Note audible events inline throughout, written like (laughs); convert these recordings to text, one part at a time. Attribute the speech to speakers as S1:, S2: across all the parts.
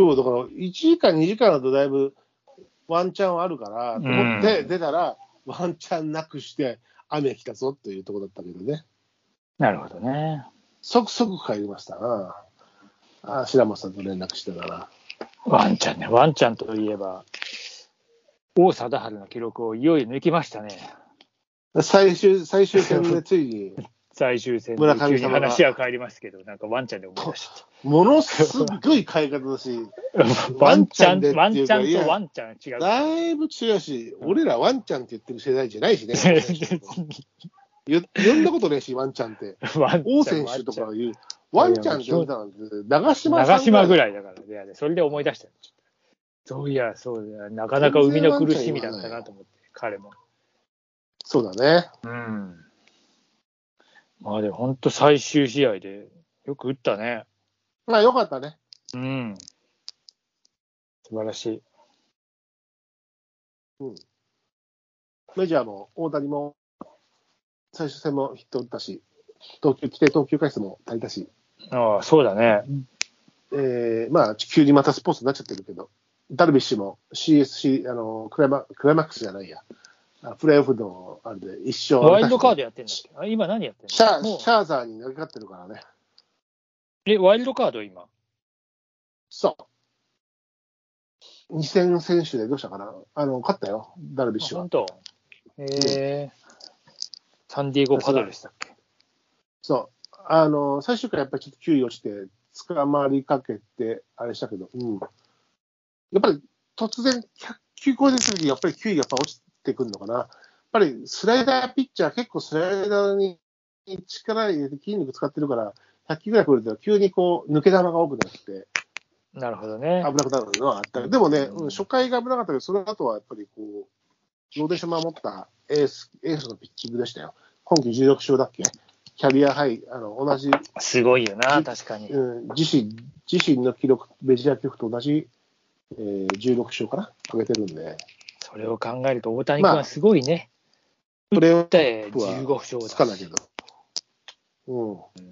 S1: を、だから、1時間、2時間だとだいぶワンチャンはあるから、と思って
S2: うん
S1: 出たら、ワンチャンなくして、雨来たぞというところだったけどね、
S2: なるほどね。
S1: 即即帰りましたな。あ白松さんと連絡してたら。
S2: ワンちゃんね、ワンちゃんといえば、王貞治の記録をいよいよ抜きましたね。
S1: 最終、最終戦 (laughs) でついに、
S2: 最終戦
S1: 村
S2: で
S1: 上様
S2: 急
S1: が
S2: に話は変えりますけど、なんかワンちゃんで思い出
S1: (laughs)
S2: し
S1: ものすごい買い方だし、
S2: た。ワンちゃん、
S1: ワ
S2: ワ
S1: ン
S2: ン
S1: ち
S2: ち
S1: ゃ
S2: ゃ
S1: ん
S2: ん
S1: でっていうか
S2: とワンちゃんは違う。
S1: だいぶ強いし、俺らワンちゃんって言ってる世代じゃないし (laughs) ね。言呼んだことねえし、ワンちゃんって。
S2: (laughs) ワン
S1: 王
S2: ちゃん
S1: 選
S2: ワ
S1: 手
S2: ン
S1: と
S2: ちゃ
S1: か
S2: ん
S1: いう、ワンちゃんって呼んだなんて、長島さん
S2: 長島ぐ
S1: らい。
S2: らいだからね、それで思い出したのちょっとそういや、そうだよなかなか生みの苦しみだったなと思って、彼も。
S1: そうだね。
S2: うん。まあでも、本当最終試合で、よく打ったね。
S1: まあよかったね。
S2: うん。素晴らしい。
S1: メジャーも大谷も、最終戦もヒット打ったし、投球、規定投球回数も足りたし、
S2: ああ、そうだね。
S1: えー、まあ、地球にまたスポーツになっちゃってるけど、ダルビッシュも CSC、あの、クライマクライマックスじゃないや、あプレーオフのあれで一勝。
S2: ワイルドカードやってんだっけあ今何やってんの
S1: シャ
S2: もう
S1: シャーザーに投げかかってるからね。
S2: え、ワイルドカード今。
S1: そう。2戦選手でどうしたかなあの、勝ったよ、ダルビッシュは
S2: 本。当。ええサンディエゴパドレスだっけ
S1: そう。あの、最終回やっぱりちょっと球威落ちて、捕まりかけて、あれしたけど、うん。やっぱり突然100球超えてきた時やっぱり球威がやっぱ落ちてくるのかな。やっぱりスライダーピッチャー、結構スライダーに力入れて筋肉使ってるから、100球ぐらい来ると急にこう抜け玉が多くなって
S2: なるほどね
S1: 危。なくなるのはあったけど、でもね、うん初回が危なかったけど、その後はやっぱりこう、ローテーション守ったエース、エースのピッチングでしたよ。今季16勝だっけキャリアハイ、あの、同じ
S2: すごいよな、確かに。
S1: うん自身自身の記録、メジャー記録と同じ、えー、16勝かな、かけてるんで、
S2: それを考えると、大谷君はすごいね。
S1: プレーオフ
S2: で
S1: プは
S2: 15勝だ
S1: つかないけど、うん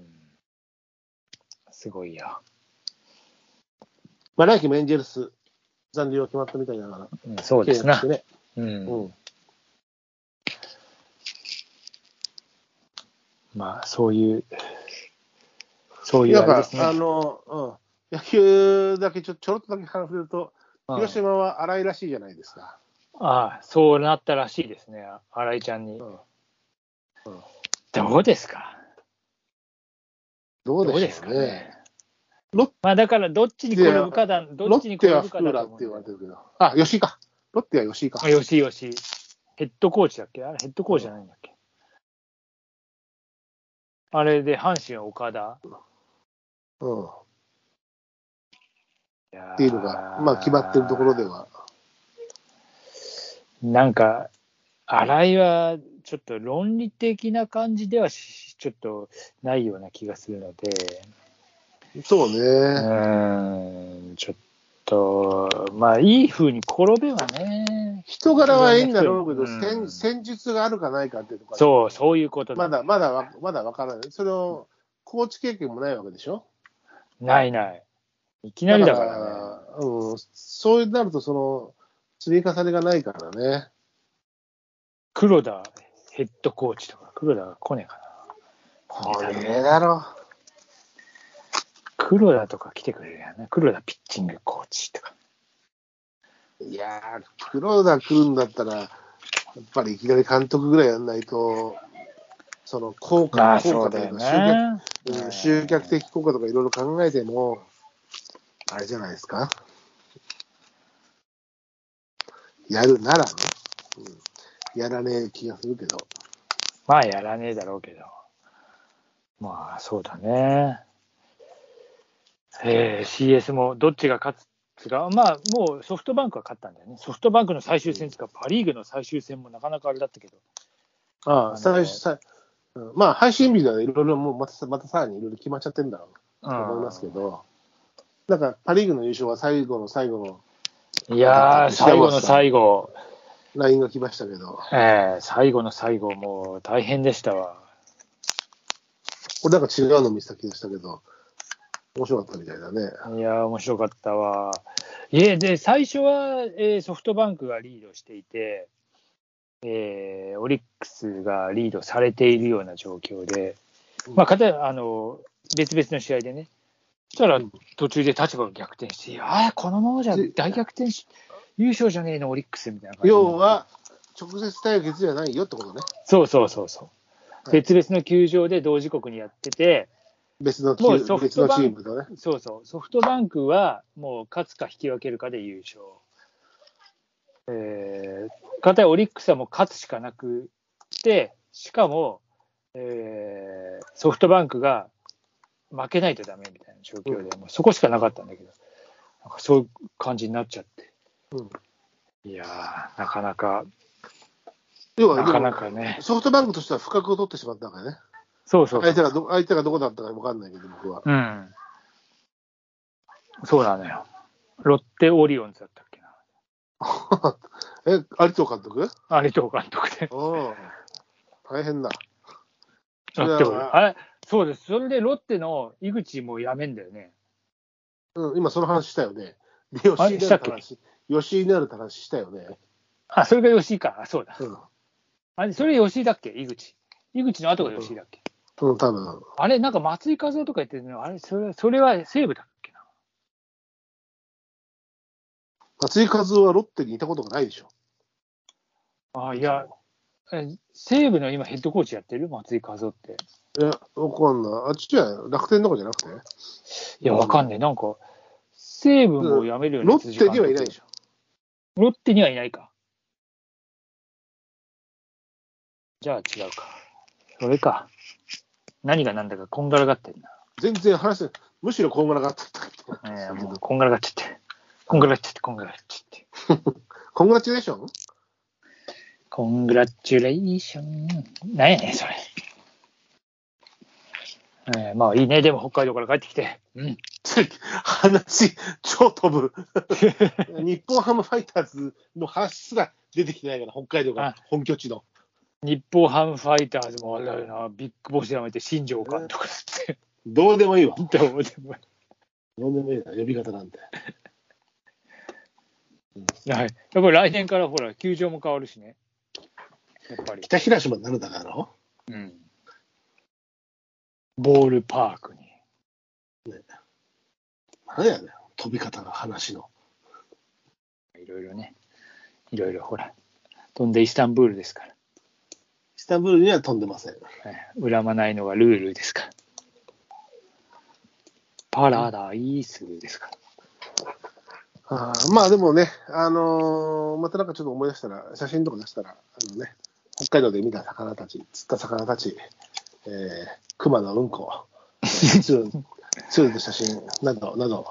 S2: すごいよ。
S1: まあ、来季もエンジェルス、残留が決まったみたいだから、
S2: うんそうです
S1: 契約
S2: な
S1: して。ね
S2: うん
S1: うん、
S2: まあ、そういう、そういう
S1: なん
S2: あれで
S1: か、
S2: すね。
S1: あの、うん、野球だけちょちょろっとだけ話すると、
S2: うん
S1: 広島は荒いらしいじゃないですか。
S2: ああ、そうなったらしいですね、新井ちゃんに
S1: う。んうん
S2: どうですか
S1: ど
S2: ど
S1: う
S2: う
S1: で
S2: で
S1: し
S2: す
S1: ょ
S2: か
S1: うね。
S2: ね
S1: ロッ。
S2: まあ、だから、どっちに転ぶかだ、ど
S1: ロ
S2: っちに
S1: ッテ
S2: 転
S1: は
S2: ぶ
S1: 福
S2: かだ
S1: 浦
S2: と
S1: っ
S2: 思
S1: て言わ
S2: う
S1: れ
S2: ん
S1: て
S2: だよ。
S1: るけど、あ、吉井か。ロッテは吉井か。
S2: あよしよし。ヘッドコーチだっけあれ、ヘッドコーチじゃないんだっけあれで、阪神は岡田
S1: うん、っ
S2: いやー
S1: ていうのが、まあ、決まってるところでは。
S2: なんか、新井はちょっと論理的な感じではしちょっとないような気がするので、
S1: そう
S2: う
S1: ね。
S2: ーん、ちょっと、まあ、いい風に転べばね、
S1: 人柄はいいんだろうけど、
S2: うん
S1: 戦戦術があるかないかっていうところ
S2: そう、そういうこと
S1: ま
S2: だ。
S1: だまだわまだわからない。それをコーチ経験もないわけでしょ。
S2: ないない。いきなりだからね。
S1: らうん、そうなるとその積み重ねがないからね。
S2: 黒田ヘッドコーチとか、黒田が来ねえかな。来ねえだろ
S1: だろ。
S2: 黒田とか来てくれるやんな。黒田ピッチングコーチとか。
S1: いやー、黒田来るんだったら、やっぱりいきなり監督ぐらいやんないと、その効
S2: ま
S1: 果、
S2: あ、
S1: 効
S2: そ
S1: 果
S2: う
S1: とい
S2: だよ
S1: うか集
S2: ね。
S1: 客、う
S2: うん
S1: ん、集客的効果とかいろいろ考えても、あれじゃないですか。やるならね、うん、やらねえ気がするけど。
S2: まあやらねえだろうけど。まあそうだね。えー CS もどっちが勝つか、まあもうソフトバンクは勝ったんだよね。ソフトバンクの最終戦つか、パ・リーグの最終戦もなかなかあれだったけど。
S1: あ
S2: あ
S1: あ、
S2: の
S1: 最初、さうんまあ、配信日ではいろいろもうまたさ、またさらにいろいろ決まっちゃってるんだろうと思いますけど、なんかパ・リーグの優勝は最後の最後の
S2: いやー、最後の最後、
S1: ラインが来ましたけど、
S2: えー最後の最後、もう大変でしたわ。
S1: これなんか違うの見せた気がしたけど、面白かったみたいだね。
S2: いやー、面白かったわ。いえ、で、最初は、えーソフトバンクがリードしていて、えーオリックスがリードされているような状況で、まあ、かたやあの別々の試合でね、そしたら
S1: うん
S2: 途中で立場が逆転して、ああ、このままじゃ大逆転し、優勝じゃねえの、オリックスみたいな感じになって
S1: 要は、直接対決じゃないよってことね。
S2: そうそうそうそう、
S1: はい
S2: 別々の球場で同時刻にやってて、
S1: 別のチ
S2: もう
S1: ー
S2: ソ
S1: ム、
S2: フ
S1: 別
S2: ト
S1: の
S2: バ
S1: チ
S2: ンク
S1: ームとね。
S2: そうそう、ソフトバンクはもう勝つか引き分けるかで優勝。えー、かたやオリックスはもう勝つしかなくて、しかも、えーソフトバンクが負けないとダメみたいな状況で、もうそこしかなかったんだけど、なんかそういう感じになっちゃって。
S1: うん
S2: いやー、なかなか、
S1: 要は
S2: なかなかね。
S1: ソフトバンクとしては不覚を取ってしまったわけね。
S2: そうそうそう
S1: 相手がど相手がどこだったか分かんないけど、僕は。
S2: うん。そうなのよ。ロッテオリオンズだったっけな。
S1: え、有藤監督
S2: 有藤監督で。
S1: お大変だ。そ
S2: ロ
S1: れは
S2: ッテオリオンあれ、そうです。それでロッテの井口も辞めんだよね。
S1: うん、今その話したよね。吉井になる
S2: したっけ
S1: 話。吉井になる話したよね。
S2: あ、それが吉井か。あ、そうだ。
S1: うん。
S2: あれ、それ吉井だっけ井口。井口の後が吉井だっけ。
S1: うん、多分。
S2: あれ、なんか松井和夫とか言ってるの、あれ、それそれは西武だっけな。
S1: 松井和夫はロッテにいたことがないでしょ。
S2: あ、いや、え西武の今ヘッドコーチやってる松井和夫って。
S1: いや、わかんない。あっちじゃない楽天の方じゃなくて。
S2: いや、わかんねえ。なんか、西武も辞めるよね。
S1: ロッテにはいないでしょ。
S2: ょ。ロッテにはいないか。じゃあ違うか。それか。何が何だかこんがらがってんな。
S1: 全然話せ、むしろこんがらがってた。
S2: えー、もうこんがらがっちゃって。こんがらがっちゃって、こんがらがっちゃって。
S1: コングラチュレーション
S2: コングラチュレーション。なんやねん、それ。えー、まあいいね。でも北海道から帰ってきて。うん。
S1: 話、超飛ぶ。日本ハムファイターズの話すら出てきてないから、北海道が
S2: あ
S1: 本拠地の。
S2: 日本ハムファイターズもあれだよな。ビッグボスやめて新庄監督って。
S1: どうでもいいわ。
S2: (laughs) どうでもい
S1: どうでもいいな、呼び方なんて。
S2: いはい。やっぱり来年からほら、球場も変わるしね。やっぱり。
S1: 北広島になるだろ
S2: うん。ボールパークに。
S1: 何やねん、飛び方が話の。
S2: いろいろね。いろいろほら。飛んでイスタンブールですから。
S1: イスタンブールには飛んでません。
S2: はい恨まないのがルールですから。パラダイスですから。
S1: あーまあでもね、あのーまたなんかちょっと思い出したら、写真とか出したら、あのね、北海道で見た魚たち、釣った魚たち、えー、熊のうんこ、えー鶴鶴の写真などなど、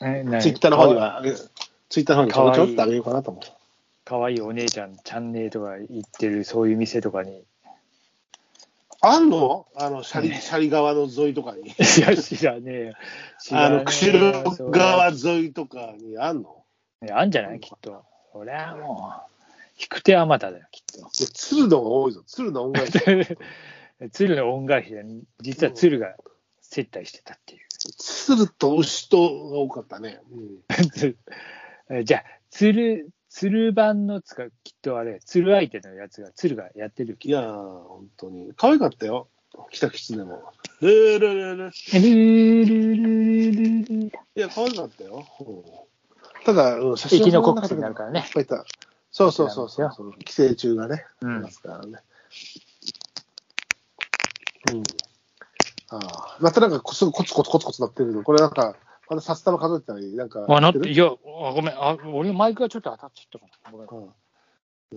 S2: え
S1: (laughs)
S2: な
S1: ツイッターの方には、えーツイッターの方にちょろちょろっとあげようかなと思う。
S2: かわいいお姉ちゃん、チャンネルとか行ってる、そういう店とかに。 (laughs)
S1: あんのあの、シャリ、シャリ川の沿いとかに。
S2: いや、知らねえよ。知ら
S1: あ
S2: ねえ
S1: の、
S2: よ
S1: 釧路川沿いとかにあんの
S2: ねあんじゃないきっと。そりゃもう、引く手あまただよ、きっと。
S1: いや鶴のが多いぞ。鶴の恩返 (laughs) し。
S2: (laughs) 鶴の恩返しで、実は鶴が接待してたってい
S1: 鶴と牛とが多かったね。うん。
S2: う。 (laughs) えじゃあ、鶴、鶴版のつか、きっとあれ、鶴相手のやつが、鶴がやってる
S1: い
S2: きっ
S1: やー、本当に。可愛かったよ。北吉でも。ルールルルル。
S2: と。ルールルルルル
S1: いや、可愛かったよ。うんただ、うん写
S2: 生き
S1: 真
S2: 残ってになるからね
S1: い。っぱいいた。そうそうそうそうそう。寄生虫がね、
S2: う
S1: い
S2: ん
S1: ま。すからね。うん。ああ。またなんかこ、すぐコツコツコツコツなってるけど、これなんか、また札束数えてたり、なんか。
S2: あ、な
S1: や
S2: って、
S1: る
S2: いや、あごめん、あ俺のマイクがちょっと当たっちゃったかな。ごめん。
S1: うん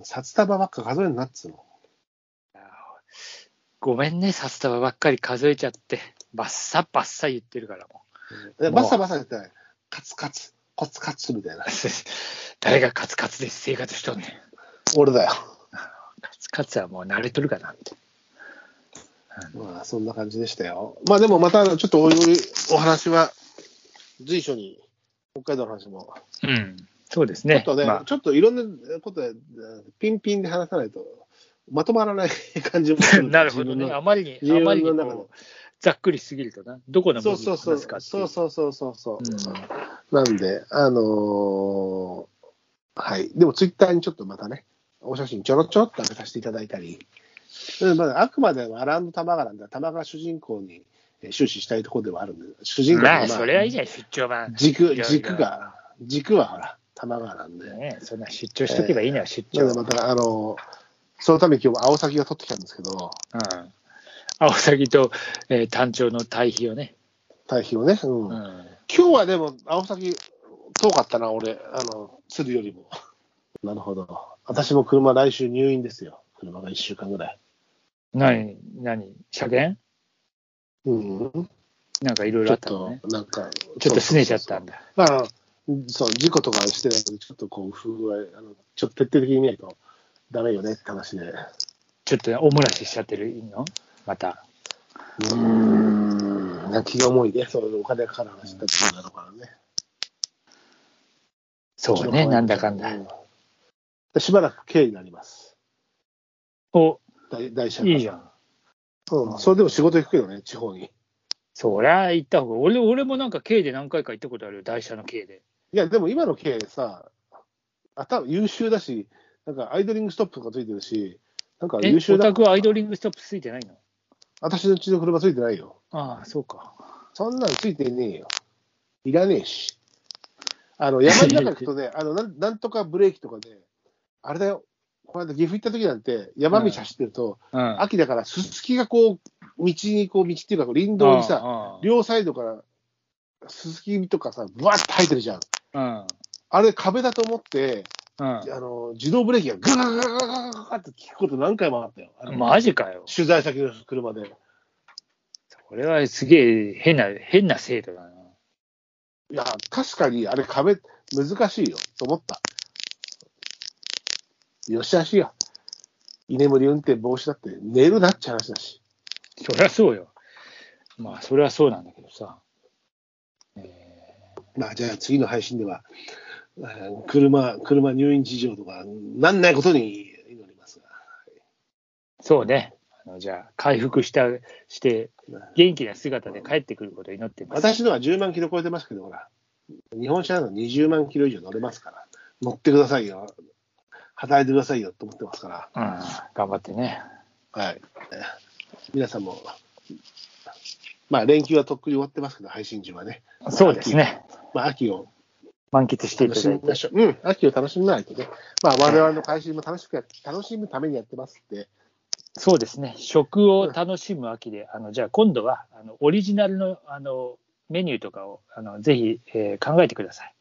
S1: 札束ばっか数えるなっつうの。
S2: ごめんね、札束ばっかり数えちゃって、バッサバッサ言ってるからもう。 (laughs)
S1: いやバサバサ言ってない。カツカツ、コツカツみたいな。
S2: 誰がカツカツで生活しとんねん。
S1: 俺だよ。
S2: カツカツはもう慣れとるかなって。
S1: まあ、そんな感じでしたよ。まあ、でもまたちょっとおいおいお話は、随所に、北海道の話も。
S2: うん。そうです
S1: ちょ
S2: ね
S1: っ。とね、
S2: まあ、
S1: ちょっといろんなことで、ピンピンで話さないと、まとまらない感じもす
S2: (laughs) なるほどね。
S1: 自
S2: あまりに、あ
S1: 分の
S2: ま
S1: 自
S2: りに
S1: 分の中で
S2: こうざっくりすぎるとな、どこの
S1: そ
S2: 部分
S1: う
S2: を
S1: そうそ
S2: 話
S1: う。
S2: すかってい
S1: そううそうそうそうそう。
S2: うん
S1: なんで、あのーはい。でも、ツイッターにちょっとまたね、お写真ちょろちょろっと上げさせていただいたり、うんまあ、あくまでもアランド玉川なんで、玉川主人公にえー終始したいところではあるんで、主人公
S2: まあ、
S1: まあ
S2: それはいいじゃん、出張版。
S1: 軸、
S2: いや
S1: 軸が、軸はほら、玉川なんで。
S2: ね、そんな出張しとけばいいのよ、出
S1: な
S2: 張。
S1: ので、また、あのーそのために今日、青崎が取ってきたんですけど、
S2: うん。青サギと、えー、単調の対比をね。
S1: 対比をね、うん
S2: う
S1: 今
S2: ん。
S1: 日はでも、青崎、遠かったな、俺、あの、鶴よりも。なるほど。私も車、来週入院ですよ。車が1週間ぐらい。
S2: 何、何、車検
S1: うん、
S2: なんかいろい
S1: ちょ
S2: ろあっ
S1: った
S2: の
S1: と
S2: ね。、
S1: なんか、
S2: ちょっと拗ねちゃったんだ。
S1: そうそうそう。まあ、そう、事故とかしてないので、ちょっとこう、不具合、あのちょっと徹底的に見ないとダメよねって話で。
S2: ちょっとねお漏らししちゃってるのまた。
S1: うん、なんか気が重いね、そういうお金がかかる話だったんだろうからね。
S2: そうね、
S1: う
S2: なんだかんだ。
S1: うんしばらく経営になります。
S2: お、
S1: 大大社が
S2: いいじゃん。
S1: うん、それでも仕事行くけどね、地方に。
S2: そりゃ行った方が、俺俺もなんか K で何回か行ったことあるよ、台車の K で。
S1: いや、でも今の経営さ、頭優秀だし、なんかアイドリングストップとかついてるし、なんか
S2: え、
S1: 優秀
S2: お
S1: だ。
S2: 宅はアイドリングストップついてないの
S1: 私のうちの車ついてないよ。
S2: ああ、そうか。
S1: そんなんついてねえよ。いらねえし。あの、山の中行くと
S2: (laughs)
S1: ね、あのなん、なんとかブレーキとかね、あれだよ。この間岐阜行った時なんて、山道走ってると、
S2: うん。
S1: 秋だからすすきがこう、道にこう、道っていうかこう、林道にさ、
S2: さ、
S1: 両サイドからススキとかさ、ぶわって入ってるじゃん。
S2: うん。
S1: あれ壁だと思って、
S2: う
S1: あの自動ブレーキがガガガガガガガガって聞くこと何回もあったよ。あの
S2: ん。マジかよ。
S1: 取材先の車で。
S2: これはすげえ変な、変な制度だな。
S1: いや、確かにあれ壁難しいよと思った。よしあしや。居眠り運転防止だって寝るなって話だし。
S2: そりゃそうよ。まあ、それはそうなんだけどさ。え
S1: まあじゃあ次の配信では、えー車、車入院事情とかなんないことに祈ります
S2: ーそうね。あのじゃあ、回復した、して、
S1: が。
S2: 元気な姿で帰ってくることを祈ってます。
S1: 私のは10万キロ超えてますけど、ほら、日本車なの20万キロ以上乗れますから、乗ってくださいよ、働いてくださいよと思ってますから、
S2: うん、頑張ってね。
S1: はい。えー皆さんも、まあ、連休はとっくに終わってますけど、配信時はね、
S2: そうですね。
S1: まあ、秋を
S2: 満喫していた
S1: 楽し
S2: だい
S1: みま
S2: て。
S1: しょう。うん、秋を楽しみないとね、まあ、我々の配信も楽しくや楽しむためにやってますって、
S2: そうですね。食を楽しむ秋で、あのじゃあ今度はあのオリジナルのあのメニューとかをあのぜひ、えー考えてください。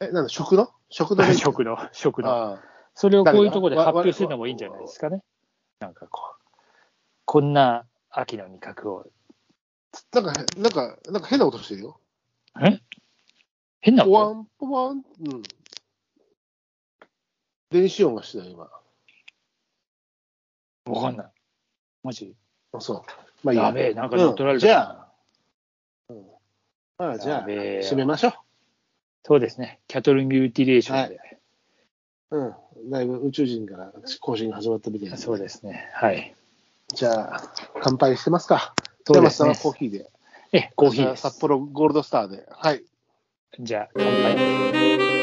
S1: え、なんだ、食の食の
S2: 食の、食の。
S1: ああ
S2: それをこういうところで発表するのもいいんじゃないですかね。なんかこう、こんな秋の味覚を。
S1: なんか、なんか、なんか変な音してるよ。
S2: え変な
S1: ポワ
S2: 音
S1: ン、ポワン、うん。電子音がしてたよ、今。
S2: わかんない。マジ
S1: あそう。まあいいや
S2: やべえ、なんか乗っ取られた
S1: うんじ
S2: かな、
S1: ゃあ、まあじゃあ、
S2: やべえ
S1: 締めましょ
S2: そうですね。キャトルミューティレーションで。
S1: う。うん。だいぶ宇宙人から更新が始まったみたいな。
S2: そうですね。はい。
S1: じゃあ、乾杯してますか。
S2: そ
S1: そうう
S2: で
S1: ですす
S2: ね
S1: ね。コーヒーで。
S2: え、コーヒーです
S1: 札。幌ゴールドスターで。はい。
S2: じゃあ、乾杯。